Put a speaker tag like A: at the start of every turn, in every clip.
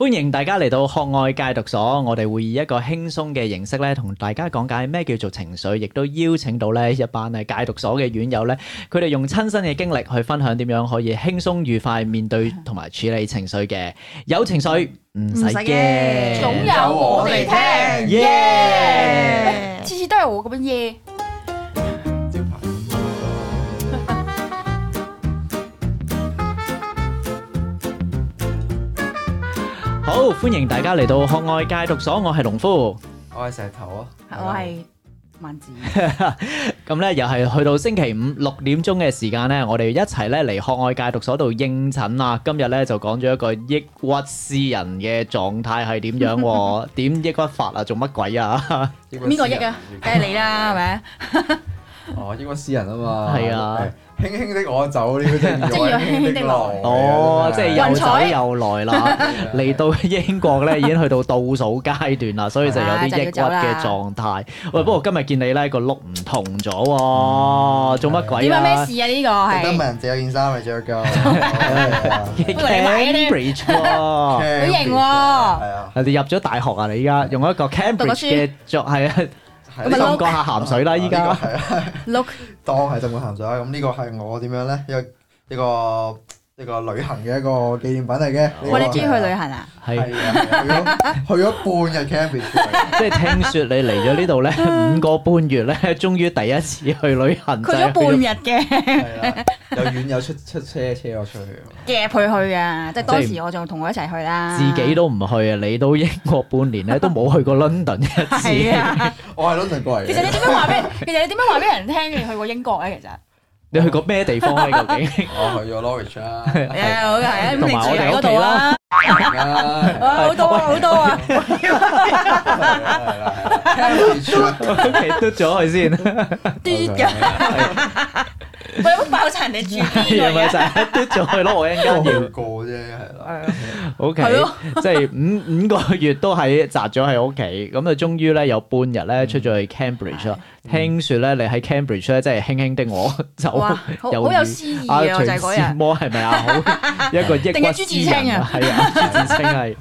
A: 歡迎大家嚟到學愛戒毒所，我哋會以一個輕鬆嘅形式咧，同大家講解咩叫做情緒，亦都邀請到咧一班誒戒毒所嘅院友咧，佢哋用親身嘅經歷去分享點樣可以輕鬆愉快面對同埋處理情緒嘅，有情緒唔使
B: 嗯唔使驚
A: 驚，
B: 總
C: 有我哋聽
A: 耶
C: 次次都係我咁樣耶。
D: 招牌咁
A: 好，歡迎大家嚟到學愛戒毒所，我係農夫。
D: 我係石頭啊，
B: 我係萬子，
A: 咁咧又係去到星期五六點鐘嘅時間咧，我哋一齊咧嚟學愛戒毒所度應診啦。今日咧就講咗一個抑鬱詩人嘅狀態係點樣喎？ 點抑鬱法啊？做乜鬼啊？
B: 邊個益啊？梗係你啦，係咪？
D: 哦，英國詩人啊嘛，
A: 係啊
D: 誒，輕輕的我走了，即係
B: 即係要輕輕的來
A: 哦，即係
B: 有
A: 又
B: 雲
A: 走
B: 彩
A: 又來 啦。嚟到英國咧已經去到倒數階段啦，所以啊就有啲抑鬱嘅狀態。喂，不過今日見你咧個碌唔同咗喎，做乜鬼
B: 點啊？
A: 啊
B: 咩？事啊？呢個
D: 特登問
B: 係
D: 人借咗件衫嚟 着㗎，係啊
A: 你
B: 你
A: Cambridge 喎。
B: 好型
D: 係
B: 喎，
D: 啊，
A: 你入咗大學啊！你而家用一個 Cambridge 嘅作係啊，
D: 係
B: 咪
A: 浸
B: 撈
A: 過下鹹水啦！依
D: 呢個
A: 家
D: 係啊
B: look
D: 當係浸過鹹水啦。咁呢個係我點樣咧？一個一個一個旅行嘅一個紀念品嚟嘅。呢個
B: 喂，你中意去旅行啊？
A: 係
D: 係啊？去咗去咗半日 camping，
A: 即係聽說你嚟咗呢度咧五個半月咧， 終於第一次去旅行，
B: 去咗
A: 就
B: 半
A: 係去
B: 日嘅
D: 係啊，有院友出出車車我出去啊。
B: 夾佢去啊！即係當時我仲同佢一齊去啦，
A: 自己都唔去啊！你到英國半年 咧都冇去過 London 一
B: 係
A: 次，
B: 啊。
D: 我係 London 過嚟嘅。
B: 其實你點樣話俾？其實你點樣話俾人聽你去過英國咧？其實
A: 你去過咩地方咧？ 究竟
D: 我去咗 Norwich 啦，
B: 誒，好嘅，係啊，咁
A: 同
B: 你
A: 埋我
B: 住
A: 哋
B: 喺
A: 屋
B: 嗰
A: 企
B: 度
A: 啦
B: 啦，啊
D: 啦，
B: 好多啊，好多啊，
A: ？OK，
D: 係啦係啦係啦
A: 嘟咗佢先，
B: 嘟 嘅，喂，有冇爆晒人哋住邊
A: 係
B: 㗎
A: 咪
B: 而
A: 就
B: 家？
A: 係嘟咗佢咯？我一陣
D: 我
A: 間
D: 去
A: 要
D: 過啫，係啦，
B: 係啊
A: OK，
B: 係咯
A: 即係五五個月都喺宅咗喺屋企，咁啊，終於咧有半日咧出咗去 Cambridge 啦。聽說咧你喺 Cambridge 咧，即係輕輕的我就
B: 哇，好
A: 有
B: 好有
A: 遇
B: 詩意
A: 啊，
B: 嘅喎，就係
A: 徐志
B: 嗰日。
A: 摩係咪啊？好一個抑
B: 定
A: 鬱
B: 係朱自
A: 詩
B: 清
A: 人
B: 啊
A: 啊，係啊，朱自清係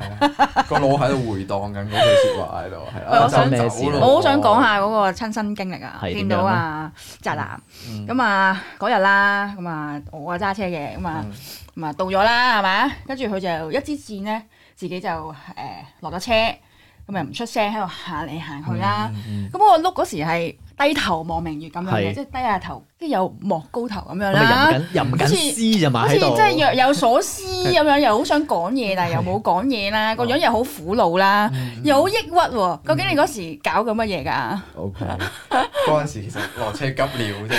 D: 個腦喺度回盪緊嗰句説話喺度，係
B: 喂
D: 啦，
B: 我想
D: 走
A: 咩事啊
D: 咯
B: 我好想講，下嗰個親身經歷啊，
A: 係
B: 見
A: 點樣
B: 到
A: 咧
B: 啊宅男
D: 嗯
B: 咁啊嗰日啦，咁啊我啊揸車嘅，咁啊
D: 嗯
B: 咁啊到咗啦，係咪？跟住佢就一支箭咧，自己就誒落咗車，咁啊唔出聲喺度行嚟行去啦。
D: 嗯
B: 咁我碌嗰時係低頭望明月咁樣
A: 係
B: 嘅，即係低下頭，跟住又莫高頭咁樣啦
A: 咪。吟緊吟緊
B: 好似
A: 詩咋嘛
B: 好似
A: 喺
B: 真
A: 度，
B: 係若有所 思咁樣，又好想講嘢，但係又冇講嘢啦，
A: 哦
B: 個樣又好苦惱啦，
A: 嗯
B: 又好抑鬱喎。究竟你嗰時搞緊乜嘢㗎？
D: O K，嗰陣時其實落車急尿啫，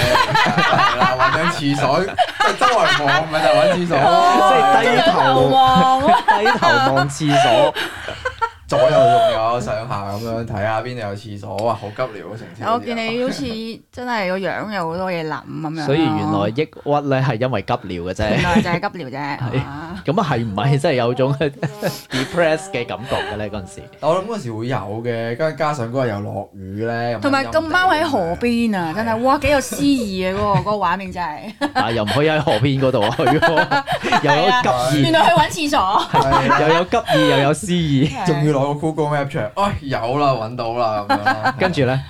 D: 係啦，揾緊廁所，即係周圍望咪就揾廁
A: 即
D: 所，
A: 係低頭
B: 望啊！
A: 低頭望廁所，
D: 左右仲有上下咁樣睇下邊度有廁所啊，好急尿嘅情節。
B: 我見你好似真係個樣有好多嘢諗咁樣咯。
A: 所以原來抑鬱咧係因為急尿嘅
B: 原
A: 啫。
B: 來就係急尿啫。啊
A: 咁啊 係唔係真係有種 depress 嘅感覺嘅咧？嗰陣時。
D: 我諗嗰陣時會有嘅，跟加上嗰日又落雨咧，
B: 同埋咁啱喺河邊啊，真係
D: 係
B: 哇幾有詩意嘅嗰個 嗰個畫面真係。
A: 啊，又唔可以喺河邊嗰度去喎，又有急
B: 原
A: 意，
B: 來去揾廁所。
D: 係啊，
A: 又有急意，又有詩意，
D: 仲要攞個 Google Map 出嚟，哎有啦，揾到啦咁樣啦
A: 跟住咧，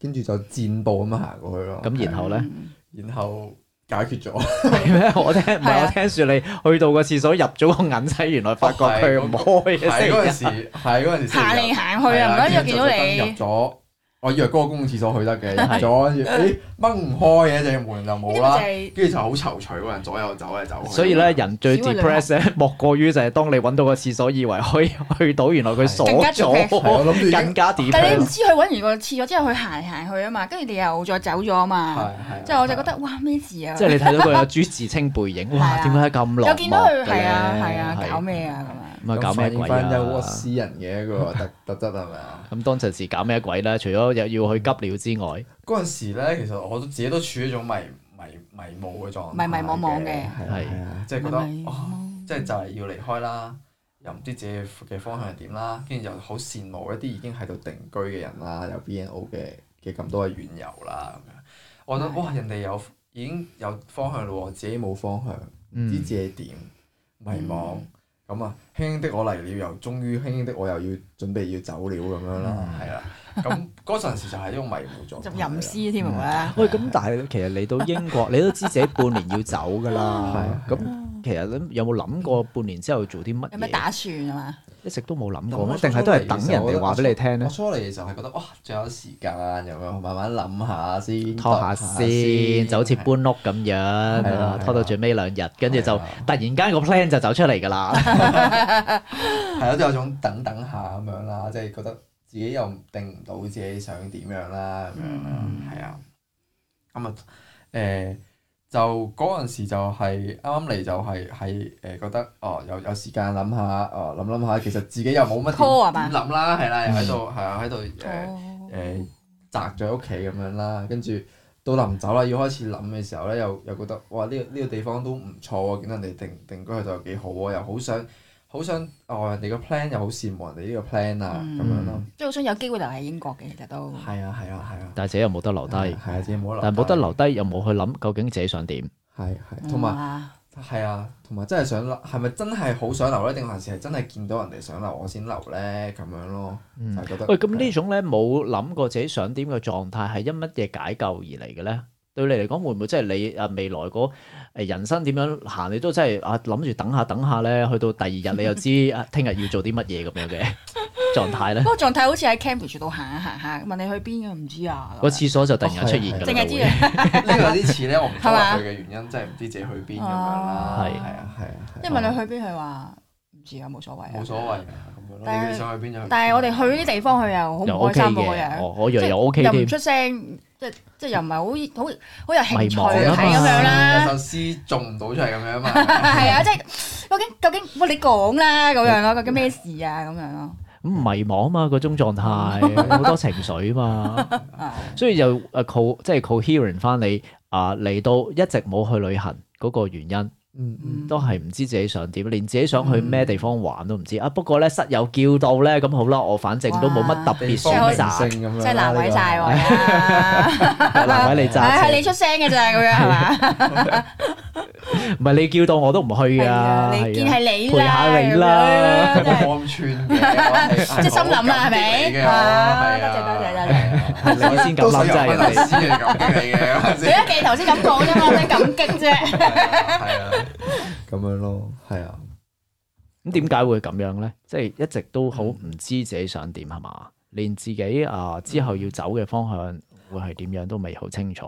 D: 跟住就箭步咁樣行過去咯。
A: 咁然後咧，
D: 然後解決咗，
A: 係咩？我聽唔
B: 係
A: 係
B: 啊
A: 我聽説你去到個廁所入咗個銀仔，原來發覺佢唔開
D: 係
A: 嘅
D: 嗰陣
A: 聲，
D: 時，係嗰陣時
B: 行嚟行去啊，唔
D: 係
B: 緊要見到
D: 跟
B: 你
D: 住就特登入咗。我以為嗰個公共廁所去得嘅，入咗跟住，誒掹唔開嘅隻門就冇啦
B: 呢啲咪就係，
D: 跟住就好躊躇，個人左右走嚟走去。
A: 所以咧，人最
B: 小嘅女
A: depress 咧，莫過於就係當你揾到個廁所，以為可以去到，原來佢鎖
B: 更加 depress
D: 係我
A: 咗，
D: 諗住已經
A: 更加
B: 但係你唔
A: depress。
B: 知佢揾完個廁所之後，佢行嚟行去啊嘛，跟住你又再走咗啊嘛，
D: 係
B: 即係我就覺得哇咩事啊！
A: 即係你睇到佢有朱自清背影，哇！
B: 係啊
A: 點解咁落
B: 又見到
A: 寞嘅
B: 佢係啊
A: 咧
B: 係啊
A: 係
B: 搞咩啊咁啊！
A: 咁啊搞咩鬼
D: 反映翻憂
A: 啊
D: 鬱？詩人嘅一個 特特質係咪啊？
A: 咁當陣時搞咩鬼咧？除咗又要去急尿之外，
D: 嗰陣時咧，其實我都自己都處於一種迷迷迷霧嘅狀態，
B: 迷迷惘惘嘅
D: 係啊係啊，即係覺得
B: 迷迷惘
D: 哦，即係就係要離開啦，又唔知自己嘅方向係點啦，跟住又好羨慕一啲已經喺度定居嘅人啦，有 BNO 嘅嘅咁多嘅院友啦咁樣，我覺得哇，人哋有
A: Ừ.
D: 已經有方向嘞喎，自己冇方向，唔知
A: 嗯
D: 自己點迷惘，咁啊，輕輕的我嚟了，又終於輕輕的我又要準備要走了咁樣啦，係啦。咁嗰陣時就係一種迷糊狀
B: 就
D: 態
B: 吟
D: 啦。
B: 詩添啊！
A: 喂，咁但係其實嚟到英國，你都知自己半年要走噶啦。咁其實你有冇諗過半年之後做啲乜
B: 有咩
A: 嘢？
B: 打算啊嘛？
A: 一直都冇諗
D: 有
A: 過
D: 冇
A: 咩，啊定係都係等人哋話俾你聽
D: 我
A: 咧？
D: 初嚟嘅時候係覺得哇，仲有時間咁樣，慢慢諗下先，啊
A: 拖下先，就好似搬屋咁
D: 係啊
A: 樣，拖到最尾兩日，跟住就
D: 係啊
A: 突然間個 plan 就走出嚟㗎 啦。
D: 係咯，都有種等等下咁樣啦，即係覺得自己又定唔到自己想點樣啦，咁
A: 嗯
D: 樣
B: 嗯
D: 啦，係啊。咁啊，誒就嗰陣時就係啱啱嚟就係係誒覺得哦有有時間諗下，哦諗諗下，其實自己又冇乜
B: Call 啊嘛
D: 點點諗啦，係啦，又喺
A: 嗯
D: 度係啊喺度誒
B: 哦，
D: 誒宅咗喺屋企咁樣啦，跟住。到臨走啦，要開始諗嘅時候咧，又又覺得哇呢、個呢、個地方都唔錯喎，見到人哋定定居喺度又幾好啊喎，又好想好想哦人哋個 plan 又好羨慕人哋呢個 plan 啊
B: 嗯
D: 咁、樣咯，
B: 即係好想有機會留喺英國嘅，其實都
D: 係啊係啊係啊，
A: 但係自己又冇得留低，
D: 係啊自己冇得留，
A: 但係冇得，留低又冇去諗究竟自己想點。
D: 係
B: 嗯
D: 係同埋
B: 埋
D: 係啊，同埋真係想留，係咪真係好想留咧？定還是係真係見到人哋想留我先留咧？咁樣咯，
A: 嗯
D: 就係覺得
A: 喂，咁 呢種咧冇諗過自己想點嘅狀態係因乜嘢解救而嚟嘅咧？對你嚟講會唔會即係你啊未來嗰誒人生點樣行？你都真係啊諗住等下等下咧，去到第二日你又 知啊聽日要做啲乜嘢咁樣嘅 狀態咧
B: 嗰？個狀態好似喺 Cambridge 度行下行下，問你去邊嘅唔知啊。
A: 個廁所就突然間出現㗎啦
B: 淨係知
A: 會
B: 啊，
D: 呢個有啲似咧，我唔
B: 係嘛
D: 想去嘅原因，真係唔知自己去邊咁樣啦，
A: 哦
D: 係啊係啊，係
B: 一
D: 啊
B: 問你去邊，佢話唔知啊，冇所謂啊。
D: 冇所謂㗎咁樣
B: 但
D: 咯，
B: 係
D: 你想去邊就去邊。啊
B: 但係我哋去啲地方，佢又好唔
A: 又
B: 開
A: OK
B: 心嗰個樣
A: 嘅，。哦我我以為又
B: 即
A: OK
B: 又唔
A: 添。
B: 出聲，即即又唔係好好好有興
A: 迷
B: 趣
A: 茫
B: 睇
A: 啊嘛
B: 咁樣
D: 有
B: 啦。
D: 首詩種唔到出嚟咁樣嘛，
B: 係啊，即係究竟究竟，喂你講啦咁樣咯，究竟咩事啊咁樣咯。
A: 咁迷茫啊嘛，嗰種狀 態好多情緒啊嘛，所以就誒 co 即係 coherent 翻你啊嚟到一直冇去旅行嗰個原因。
D: 嗯嗯，
A: 都係唔知自己想點，連自己想
B: 嗯
A: 去咩地方玩都唔知啊！不過咧，室友叫到咧，咁好啦，我反正都冇乜特別
D: 地
A: 選
D: 方 名
A: 擇，
D: 勝咁樣，
B: 真係難為晒我。呀！
A: 難為你
B: 係啊係你
A: 揸車，
B: 出聲嘅咋咁樣係嘛？
A: 唔係你叫到我都唔去
B: 係
A: 噶，
B: 啊，你見係
A: 係
B: 你
A: 陪
B: 啦，
A: 下你啦
B: 咁樣真係
D: 我咁串 嘅，
B: 即係心諗啦係咪
D: 哦
B: 啊多謝多謝多
A: 啊你先咁諗真係人哋。
D: 詩嚟感激你嘅，係咪
B: 你
D: 先？
B: 一記頭先咁講啫嘛，我真係感激啫。
D: 係啊，咁樣咯，係啊，
A: 咁點解會咁樣咧？即係一直都好唔知自己想點係嘛？連自己啊之後要走嘅方向會係點樣都未好清楚。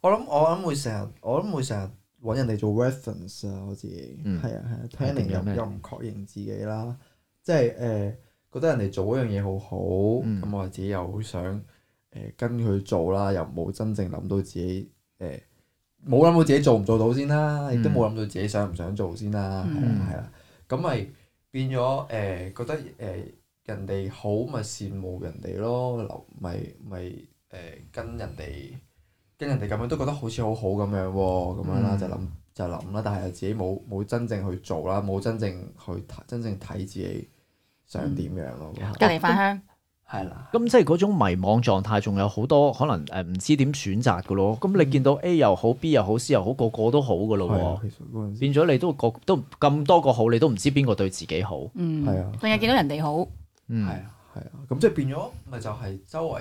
D: 我諗我諗會成日，我諗會成日揾人哋做 reference 啊，我自己
A: 嗯
D: 係啊係
A: 係
D: 啊
A: 點樣
D: ，planning
A: 咧
D: 又又唔確認自己啦，即係誒覺得人哋做嗰樣嘢好好，
A: 嗯
D: 咁我自己又好想誒跟佢做啦，又冇真正諗到自己誒冇諗到自己做唔做到先啦，亦都
A: 嗯
D: 冇諗到自己想唔想做先啦，係
A: 嗯
D: 啦係啦，啊咁咪變咗誒覺得誒人哋好咪羨慕人哋咯，留咪咪。誒、跟人哋跟人哋咁樣都覺得好似好好咁樣喎，咁樣啦
A: 嗯
D: 就諗就諗啦，但係自己冇冇真正去做啦，冇真正去睇真正睇自己
B: 嗯
D: 想點樣咯，
B: 隔離飯香，
D: 係啦，
A: 咁即係嗰種迷茫狀態，仲有好多可能誒唔知點選擇嘅咯。咁你見到 A 又好，B 又好，C 又好，個個都好嘅咯
D: 嗯係
A: 喎
D: 啊，。其實嗰陣時
A: 變咗你都覺都咁多個好，你都唔知邊個對自己好。
B: 嗯，
D: 係啊
B: 淨係見到人哋好，
A: 嗯
D: 係啊係啊，咁即係變咗咪就係周圍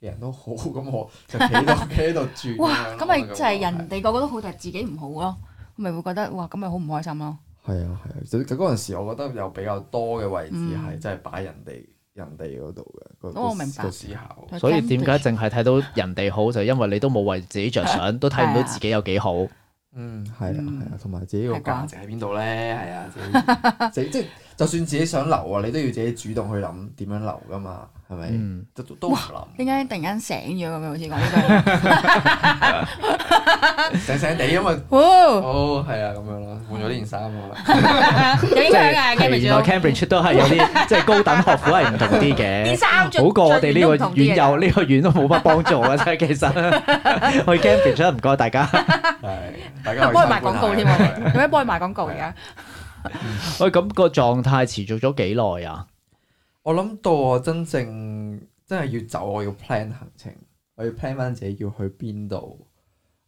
D: 嘅人都好，咁我就企 喺度企喺度轉
B: 哇
D: 樣！咯啊
B: 咁咪
D: 我
B: 就
D: 覺得
B: 係人哋個個都好，但係自己唔好咯，咪會覺得哇，咁咪好唔開心咯。
D: 係啊係啊，就就嗰陣時，我覺得有比較多嘅位置
B: 嗯
D: 係真係擺人哋人哋嗰度嘅，個
B: 哦我明白
D: 個思考。
A: 所以點解淨係睇到人哋好，就因為你都冇為自己着 想，都睇唔到自己有幾好。
D: 嗯，係啦，
B: 嗯
D: 係啊，同埋自己個
B: 係啩
D: 價值喺邊度咧？係啊，自己自己即係就算自己想留啊，你都要自己主動去諗點樣留噶嘛，係咪？
A: 嗯，
D: 都都都唔諗，
B: 點解突然間醒咗咁樣？好似講呢句，
D: 醒醒地，因為
B: 哦，
D: 哦係啊咁樣咯，換咗呢件衫 啊，
B: 有影響啊㗎 Gabby
A: 原來 Cambridge 都係有 啲即係高等學府係唔同啲
B: 啲
A: 嘅。
B: 衫着
A: 好過我哋呢
B: 着
A: 個
B: 完都唔同啲
A: 院
B: 嘅
A: 友呢個院都冇乜幫 助啊！真係其實 去 Cambridge 唔該大家。
D: 係大家
B: 幫
D: 可
B: 佢
D: 以參觀下
B: 賣廣告添啊喎，有咩幫佢賣廣告而家？
A: 喂，咁個狀態持續咗幾耐啊？
D: 我諗到我真正真係要走，我要 plan 行程，我要 plan 翻自己要去邊度，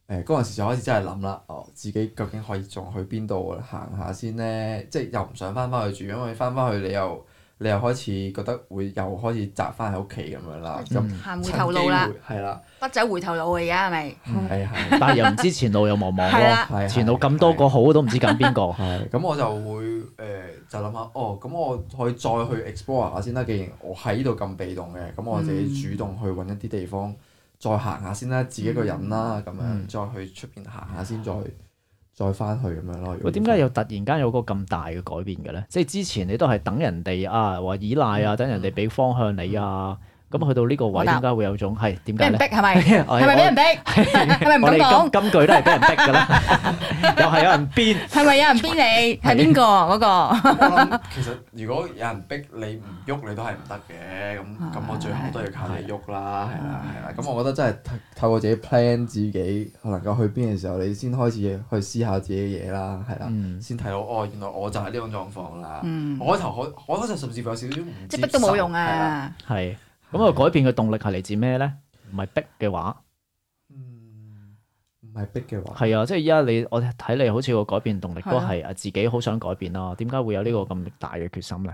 D: 誒嗰陣時就開始真係諗啦，哦，自己究竟可以仲去邊度行下先咧？即係又唔想翻返去住，因為翻返去你又你又開始覺得會又開始宅翻喺屋企咁樣啦，就
A: 嗯
B: 行
D: 趁
B: 回
D: 機
B: 頭路啦，
D: 會，係啦，
B: 不走回頭路啊！而家係咪？
D: 係係。
A: 但係又唔知前路又茫茫
B: 係啦
A: 喎，
D: 係
A: 嗯前路咁多個好都唔知揀邊個。
D: 係，咁我就會誒、呃就諗下，哦，咁我可以再去 explore 下先啦。既然我喺呢度咁被動嘅，咁我自
A: 嗯
D: 己主動去揾一啲地方再行下先啦，自己一個人啦，咁樣、
A: 嗯
D: 再去出邊行下先，再再翻去咁樣咯。如 果
A: 喂，點解又突然間有個咁大嘅改變嘅咧？即係之前你都係等人哋啊，話依賴
D: 嗯
A: 啊，等人哋俾方向你啊，咁去到呢個位
B: 我答
A: 點解會有種係點
B: 俾
A: 解
B: 人
A: 咧
B: 逼？係咪？
A: 我
B: 係咪俾人逼？ 係咪唔
A: 我
B: 敢
A: 哋
B: 講？
A: 今今句都係俾人逼㗎啦， 又係有人編。
B: 係咪有人邊你？係邊個嗰個？
D: 我諗其實如果有人逼你唔喐，你都係唔得嘅。咁
A: 啊
D: 咁我最後都要靠你喐啦，係啦係啦。咁我覺得真係透透過自己 plan 自己能夠去邊嘅時候，你先開始去思考自己嘅嘢啦，係啦，
A: 嗯
D: 先睇到哦，原來我就係呢種狀況啦。
B: 嗯，
D: 我開頭可我開頭甚至乎有少少唔
B: 即係
D: 接
B: 逼都冇
D: 受
B: 用！
D: 係啦
B: 啊！
A: 係，咁啊改變嘅動力係嚟自咩咧？唔係逼嘅話，
D: 嗯，唔係逼嘅話，
A: 係啊，即係依家你我睇你好似個改變動力都
B: 係啊
A: 係啊自己好想改變啦，點解會有呢個咁大嘅決心咧？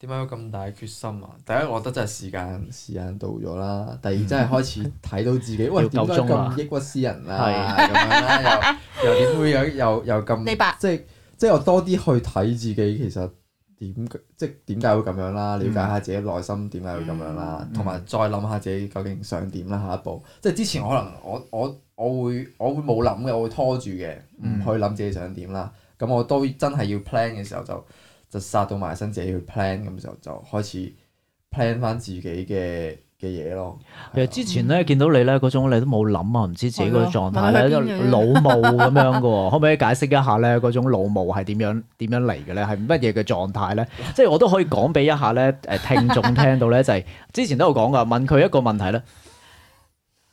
D: 點解有咁大嘅決心啊？第一，我覺得真係時間時間到咗啦。第二，真係開始睇到自己，喂
A: 要
D: 點
A: 夠
D: 解
A: 鐘啦
D: 咁抑鬱詩人啊？咁樣啦，又又點會有又又
B: 李
D: 咁
B: 白
D: 即係即係我多啲去睇自己，其實點即係點解會咁樣啦？了解下自己內心點解會咁樣啦，同埋再諗下自己究竟想點啦。下一步即係之前可能我我我會我會冇諗嘅，我會拖住嘅，唔
A: 嗯
D: 去諗自己想點啦。咁我都真係要 plan 嘅時候就就殺到埋身自己去 plan，咁就就開始 plan 翻自己嘅嘅嘢咯。
A: 其實啊之前咧見到你咧嗰種你都冇諗啊，唔知自己個狀態咧，
B: 係咯
A: 都
B: 問佢邊嘅啫
A: 老霧咁樣嘅喎， 可唔可以解釋一下咧嗰種老霧係點樣點樣嚟嘅咧？係乜嘢嘅狀態咧？即係我都可以講俾一下咧誒聽眾聽到咧，就係之前都有講噶，問佢一個問題咧，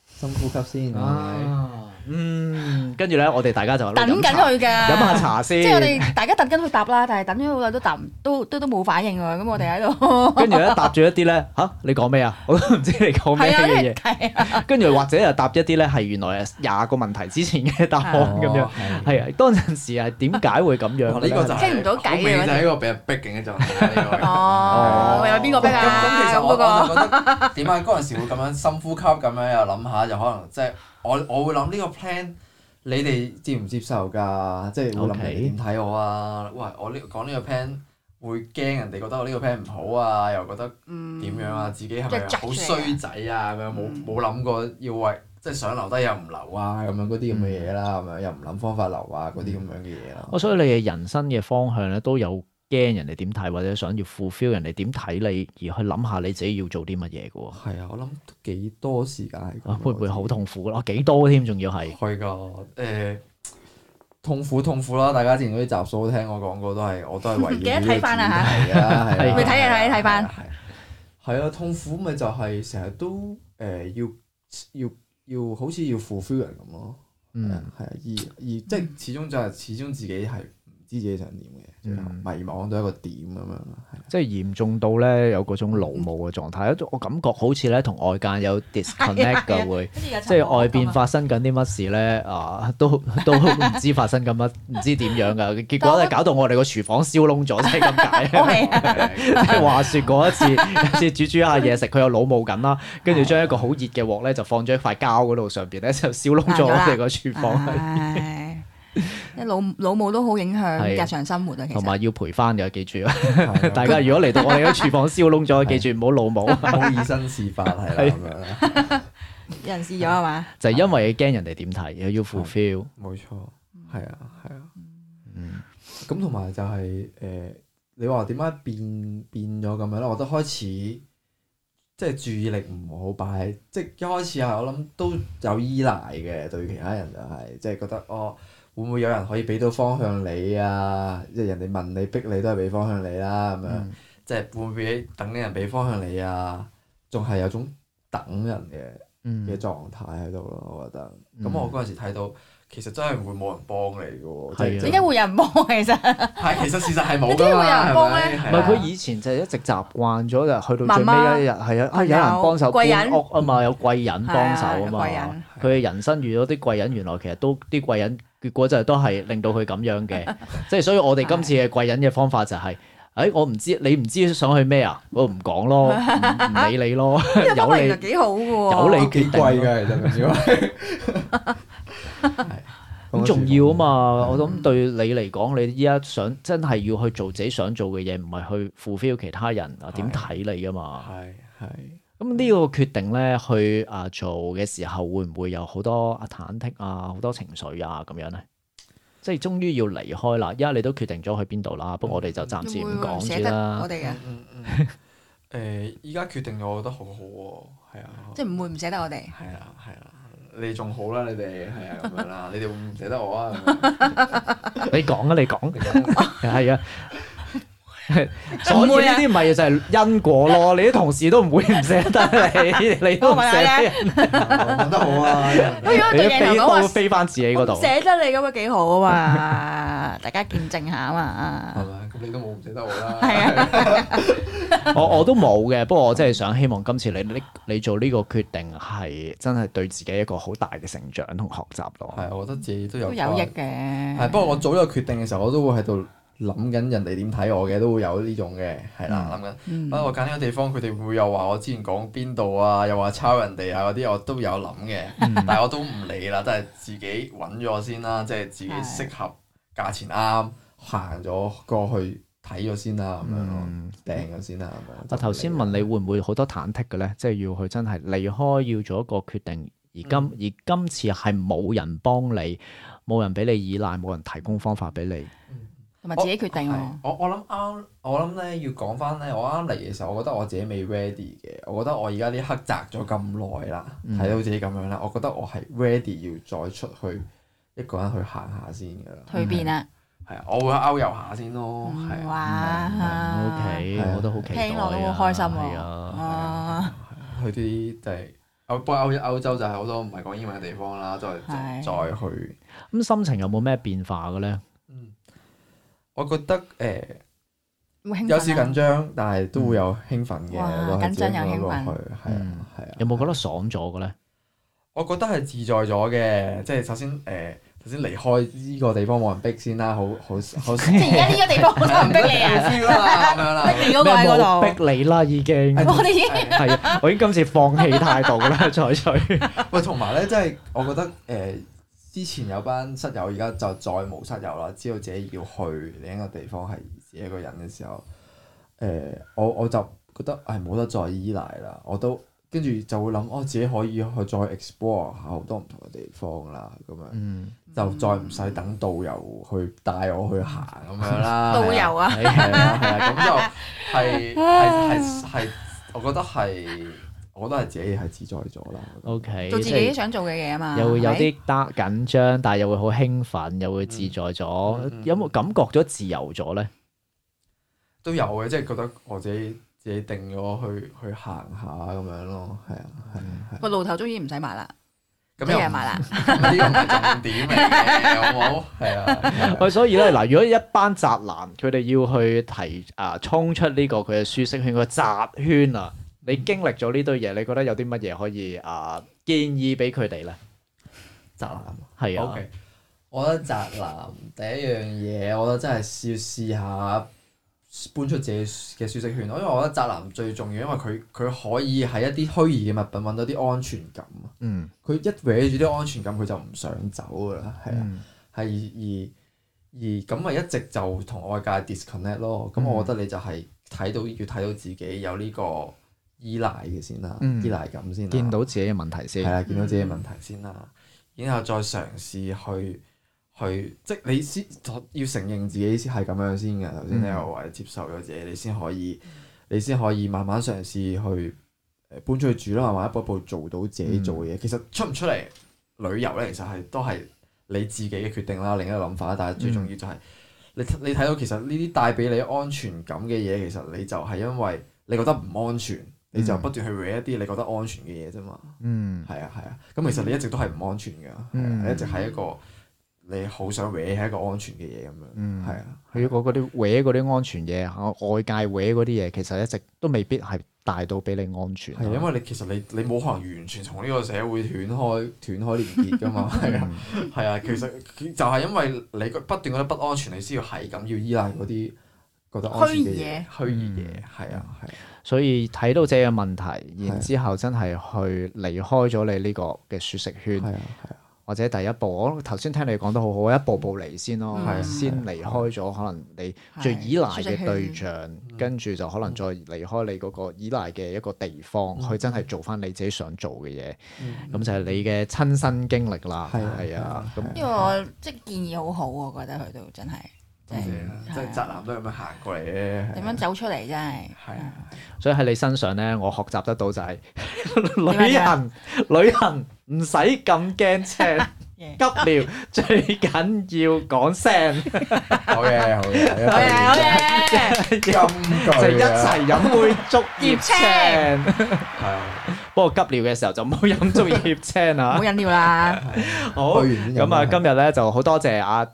D: 深呼吸先，啊
A: 嗯，跟住咧我哋大家就喺度
B: 等
A: 飲
B: 緊
A: 茶
B: 佢㗎。
A: 飲下茶
B: 即係我
A: 先，
B: 哋大家等緊佢答啦，但係等咗好耐都答唔都都都冇反應喎。咁我哋喺度
A: 跟住咧答住一啲咧吓，你講咩啊？我都唔知你講咩
B: 係啊，
A: 嘅嘢
B: 啲。 係
A: 跟住或者又答一啲咧係原來誒廿個問題之前嘅答案
D: 哦
B: 哦
A: 咁樣，係啊，當陣時係點解會咁樣
D: 呢
A: 咧
D: 個就係
B: 傾唔到偈啊
D: 好明顯就係一個俾人逼緊嘅狀態。 呢個
B: 哦，有邊個逼
D: 咁咁
B: 啊？
D: 其實我
B: 嗰
D: 我
B: 個
D: 就覺得點解嗰陣時會咁樣深呼吸咁樣又諗下，就可能即係我我會諗呢個 plan，你哋接唔接受㗎？即係會諗
A: OK
D: 你哋點睇我啊？喂，我呢講呢個 plan 會驚人哋覺得我呢個 plan 唔好啊，又覺得點樣啊？自己係
B: 嗯即係
D: 咪
B: judge 嗯
D: 好衰仔啊？咁樣冇冇諗過要為即係想留低又唔留啊？咁樣嗰啲咁嘅嘢啦，咁樣又唔諗方法留啊，嗰啲咁樣嘅嘢啦。
A: 我所以你嘅人生嘅方向咧都有驚人哋點睇，或者想要 fulfill 人哋點睇你，而去諗下你自己要做啲乜嘢嘅喎。
D: 係啊，我諗都幾多時間係咁
A: 啊，會唔會
D: 嗯我
A: 好痛苦咯？幾多添，仲要係
D: 去噶誒痛苦痛苦啦！大家之前嗰啲集數都聽我講過，都係我都 係圍繞
B: 記得睇返啊
D: 係啊，係
A: 係
D: 啊
A: 咪
B: 睇啊睇啊睇返
D: 係啊係啊係啊，痛苦咪就係成日都誒要要要好似要 fulfill 人咁咯，係啊
A: 嗯，
D: 係啊，而而即係始終就係始終自己係唔知自己想點嘅，最後
A: 嗯
D: 迷惘到一個點咁樣 咯，係啊
A: 即係嚴重到咧有嗰種勞務嘅狀態，我感覺好似咧同外界有 disconnect
B: 係啊
A: 嘅會。即係外
B: 啊
A: 邊發生緊啲乜事咧，啊，都 都唔知發生緊乜，唔知點樣噶，結果咧搞到我哋個廚房燒窿咗，即係咁解。
B: 我係啊，
A: 即係話説嗰一 次，有一次煮煮下嘢食，佢有老母緊啦，跟住將一個好熱嘅鑊咧就放咗喺塊膠嗰度上邊咧，就燒窿咗我哋個廚 房，
B: 唉啲老老母都好影響日常生活啊，其
A: 同
B: 實
A: 埋要賠翻嘅，記住。
D: 係啊
A: 大家如果嚟到我哋嘅廚房燒窿咗，記住唔好老 母，
D: 唔好以身試法係啦
A: 係
D: 咁樣啦，
B: 人試咗係嘛？
A: 就係因為驚人哋點睇，又要 fulfill。
D: 冇錯，係啊，係啊。
A: 嗯
D: 咁同埋就係、呃你話點解變變咗咁樣咧？我覺得開始即係注意力唔好擺，即係一開始係我諗都有依賴嘅對其他人就係、即係覺得哦，會唔會有人可以俾到方向你啊？即係人哋問你逼你都係俾方向你啦咁樣，
A: 嗯
D: 即係會唔會等人俾方向你啊？仲係有種等人嘅嘅
A: 嗯
D: 狀態喺度咯，我覺得。咁
A: 嗯
D: 我嗰陣時睇到，其實真係會冇人幫你嘅喎，即
A: 係啊
D: 係
B: 點解會有人幫其實？
D: 係其實事實係冇
B: 你點會
D: 㗎
B: 有
D: 嘛，
B: 人
D: 係
B: 幫
D: 咪？
B: 咧
A: 唔
D: 係
A: 係
D: 啊
A: 佢以前就一直習慣咗，就去到最
B: 媽媽
A: 尾一日係啊，啊
B: 朋
A: 有人
B: 友
A: 幫手
B: 貴
A: 搬
B: 人
A: 屋啊嘛，有貴人幫手啊嘛
B: 係啊，
A: 佢嘅人生遇到啲貴人，原來其實都啲貴人結果就都係令到佢咁樣 嘅，即係所以我哋今次嘅貴人嘅方法就係。誒、我唔知你唔知想去咩啊？我唔講咯，唔唔理你咯，
B: 呢個
A: 有
B: 方法
A: 你
B: 原來幾好嘅喎。
A: 有你
D: 都幾
A: 決
D: 貴啊
A: 定咯。
D: 㗎，其實唔少。
A: 咁重要啊
D: 嗯
A: 嘛！我諗對你嚟講，你依家想真係要去做自己想做嘅嘢，唔係去 fulfill 其他人啊點睇你噶嘛？
D: 係係。
A: 咁呢個決定咧，去啊做嘅時候，會唔會有好多啊忐忑啊，好多情緒啊咁樣咧？即係終於要離開啦，因為你都決定咗去邊度啦。不過我哋
B: 嗯
A: 就暫時唔講
B: 捨
A: 住
B: 得
A: 啦
B: 我。哋嘅，
D: 嗯嗯嗯。誒，依家決定咗，我覺得好好喎，係啊。
B: 即係唔會唔捨得我哋。
D: 係啊係啊，你仲好啦，你哋係啊咁樣啦， 你哋會唔捨得我啊？咁樣
A: 你講啊，你講，
D: 你講
A: 係啊。所以
B: 啊
A: 呢啲咪就係因果 咯。你啲同事都唔會唔捨得你，你都唔捨得人。
D: 講得好啊！
B: 啊不如我
A: 你
B: 對
A: 啲
B: 鏡
A: 飛
B: 頭講
A: 刀
B: 話
A: 飛翻自己嗰
B: 我
A: 度
B: 唔。捨得你咁啊，幾好啊嘛！大家見證下啊
D: 係
B: 嘛。
D: 咪？咁你都冇唔捨得我啦。
B: 係啊，
A: 我我都冇嘅，不過我真係想希望今次你呢你做呢個決定係真係對自己一個好大嘅成長同學習咯。
D: 係，啊我覺得自己都有
B: 都有益
D: 關
B: 嘅。
D: 係，不過我做呢個決定嘅時候，我都會喺度諗緊人哋點睇我嘅，都會有呢種嘅，係啦，諗緊。
B: 嗯
D: 不過啊我揀呢個地方，佢哋會又話我之前講邊度啊，又話抄人哋啊嗰啲，我都有諗嘅，
A: 嗯
D: 但係我都唔理啦，都係自己揾咗先啦，即係自己適合，價錢啱，行咗過去睇咗先啦，咁樣咯，訂咗先啦，咁樣。
A: 我嗯啊頭先問你會唔會好多忐忑嘅咧？即係要去真係離開，要做一個決定，而今、
D: 嗯
A: 而今次係冇人幫你，冇人俾你依賴，冇人提供方法俾你。
B: 同埋自己決定
D: 係
B: 喎。
D: 我我諗啱，我諗咧要講翻咧，我啱嚟嘅時候，我覺得我自己未 ready 嘅。我覺得我而家呢刻宅咗咁耐啦，
A: 嗯
D: 睇到自己咁樣啦，我覺得我係 ready 要再出去一個人去行下先㗎啦。
B: 蜕變啦。
D: 係啊，我會去歐遊下先咯。
B: Ừ,
D: 係啊，
B: 哇
A: O K，
D: 係啊
A: 嗯我都好期待啊
B: 聽落都好開心
A: 係
B: 喎。
A: 啊，
B: 啊，
D: 去啲就係歐，不過歐歐洲就係好多唔係講英文嘅地方啦，再再
B: 係
D: 再去。
A: 咁心情有冇咩變化嘅咧？
D: 嗯，我覺得誒、
B: 會興奮啊
D: 有時緊張，但係都會有興奮嘅。
B: 哇
D: 都係
B: 緊張
D: 自己
B: 又
D: 一個
B: 興奮
D: 去係啊
A: 嗯
D: 係啊。
A: 有冇覺得爽咗嘅咧？
D: 我覺得係自在咗嘅，即係首先誒，呃首先離開呢個地方冇人逼先啦，好好好，即
B: 即係而家呢個地方好多人逼你 啊，
D: 啦咁樣啦。
B: 逼你嗰個喺嗰
A: 冇
B: 度。
A: 逼你啦，已 經。
B: 我哋已經
A: 係啊，我已經今次放棄態度 啦，採取。
D: 喂，同埋咧，即係我覺得誒、呃之前有班室友，而家就再冇室友啦，知道自己要去另一個地方係自己一個人嘅時候，誒、我我就覺得係冇得再依賴啦，我都跟住就會諗，哦，自己可以去再 explore 下好多唔同嘅地方啦，咁樣。
A: 嗯，
D: 就再唔使等導遊去帶我去行咁樣啦。
B: 導遊啊，
D: 係啊，係啊，係啊，咁就係係 係係，我覺得係，我覺得係自己係自在咗啦。
A: O K，
B: 做自己想做嘅嘢啊嘛。
A: 又會有
B: 係咪
A: 啲得緊張，但係又會好興奮，又會自在咗。
D: 嗯嗯
A: 有冇感覺咗自由咗咧？
D: 都有嘅，即係覺得我自己自己定咗去去行下咁樣咯，係啊，係啊係啊。
B: 個路頭終於唔使抹啦，
D: 咁
B: 一
D: 又
B: 日抹啦。
D: 呢個唔係重點嚟嘅，好冇？係啊係啊。
A: 喂，所以咧嗱，如果一班宅男佢哋要去提啊，衝出呢個佢嘅舒適圈個宅圈啊，你經歷咗呢堆嘢，你覺得有啲乜嘢可以啊建議俾佢哋咧？
D: 宅男。
A: 係啊
D: OK，我覺得宅男第一樣嘢，我覺得真係要試下搬出自己嘅舒適圈咯。因為我覺得宅男最重要，因為佢佢可以喺一啲虛擬嘅物品揾到啲安全感。啊
A: 嗯，
D: 佢一搲住啲安全感，佢就唔想走噶啦，係啊，
A: 嗯
D: 係、而而咁咪一直就同外界 disconnect 咯。咁
A: 嗯
D: 我覺得你就係睇到要睇到自己有呢個依賴嘅先啦，
A: 嗯
D: 依賴感先啦。
A: 見到自己嘅問題
D: 係
A: 先。嗯
D: 啦，見到自己嘅問題先啦，然後再嘗試去去，即係你先要承認自己先係咁樣先嘅。頭先你
A: 嗯
D: 又話接受咗自己，你先可以，你先可以慢慢嘗試去誒搬出去住啦，慢慢一步一步做到自
A: 嗯
D: 己做嘅嘢。其實出唔出嚟旅遊咧，其實係都係你自己嘅決定啦，另一個諗法啦。但係
A: 嗯
D: 最重要就係、你你睇到其實呢啲帶俾你安全感嘅嘢，其實你就係因為你覺得唔安全，你就
A: 嗯
D: 不斷去搲一啲你覺得安全嘅嘢啫嘛。
A: 嗯
D: 係啊係啊，咁其實你一直都係唔安全㗎，係啊
A: 嗯
D: 你一直喺一個你好想搲係一個安全嘅嘢咁樣，
A: 嗯
D: 係啊，
A: 佢嗰嗰啲搲嗰啲安全嘢，啊外界搲嗰啲嘢，其實一直都未必係大到俾你安全。啊
D: 係因為你其實你你冇可能完全從呢個社會斷開斷開連結 㗎嘛，係啊
A: 嗯
D: 係啊，其實就係因為你不斷覺得不安全，你先要係咁要依賴嗰啲覺得安全嘅嘢，虛擬
A: 嗯
D: 嘢係啊係啊，
A: 所以睇到這個問題，然之後真係去離開咗你呢個嘅舒適圈，
D: 係啊係啊，
A: 或者第一步，我頭先聽你講得好好，一步步嚟先咯，
B: 嗯
A: 先離開咗可能你最依賴嘅對象，
D: 圈
A: 跟住就可能再離開你嗰個依賴嘅一個地方，
D: 嗯
A: 去真係做翻你自己想做嘅嘢，
D: 嗯
A: 咁就係你嘅親身經歷啦，
D: 係啊
A: 係啊，咁
D: 係啊
B: 呢個即係建議好好，我覺得佢都真係，即
D: 多謝
B: 係
D: 啦即係宅男都係咁樣行過嚟嘅，啊
A: 嗯
B: 點樣走出嚟真係。
D: 係啊
A: 所以喺你身上咧，我學習得到 就係
B: 點
A: 旅
B: 啊
A: 行，旅行唔使咁驚青
B: Yeah
A: 急 尿，最緊要講聲，
D: 好嘅啊好嘅，
B: 好嘢，好嘢！
D: 金句
A: 就一
D: 啊，
A: 齊飲杯竹葉青。
D: 係啊，
A: 不過急尿嘅時候就唔好飲竹葉青
B: 唔好
A: 啊！
B: 飲料啦，
A: 好，
D: 去完先飲
A: 咁啊，
D: 啊
A: 今日咧就好多謝阿、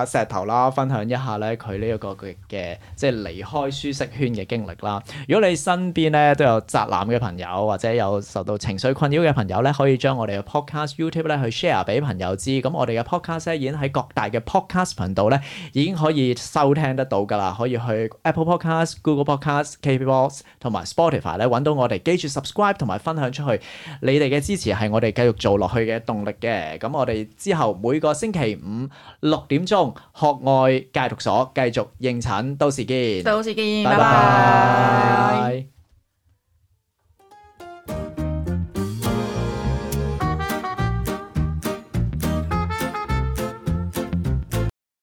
A: 阿石頭啦，分享一下咧佢呢一個嘅嘅即係離開舒適圈嘅經歷啦。如果你身邊咧都有宅男嘅朋友，或者有受到情緒困擾嘅朋友咧，可以將我哋嘅 podcast YouTube 咧去 share 俾朋友知。咁我哋嘅 podcast 咧已經喺各大嘅 podcast 頻道咧已經可以收聽得到㗎啦，可以去 Apple Podcast、Google Podcast、KBox 同埋 Spotify 咧揾到我哋。記住 subscribe 同埋分享出去，你哋嘅支持係我哋繼續做落去嘅動力嘅。咁我哋之後每個星期五六點鐘學外戒毒所繼續應診，到時見。
B: 到時見，
A: 拜
B: 拜
A: 拜
B: 拜。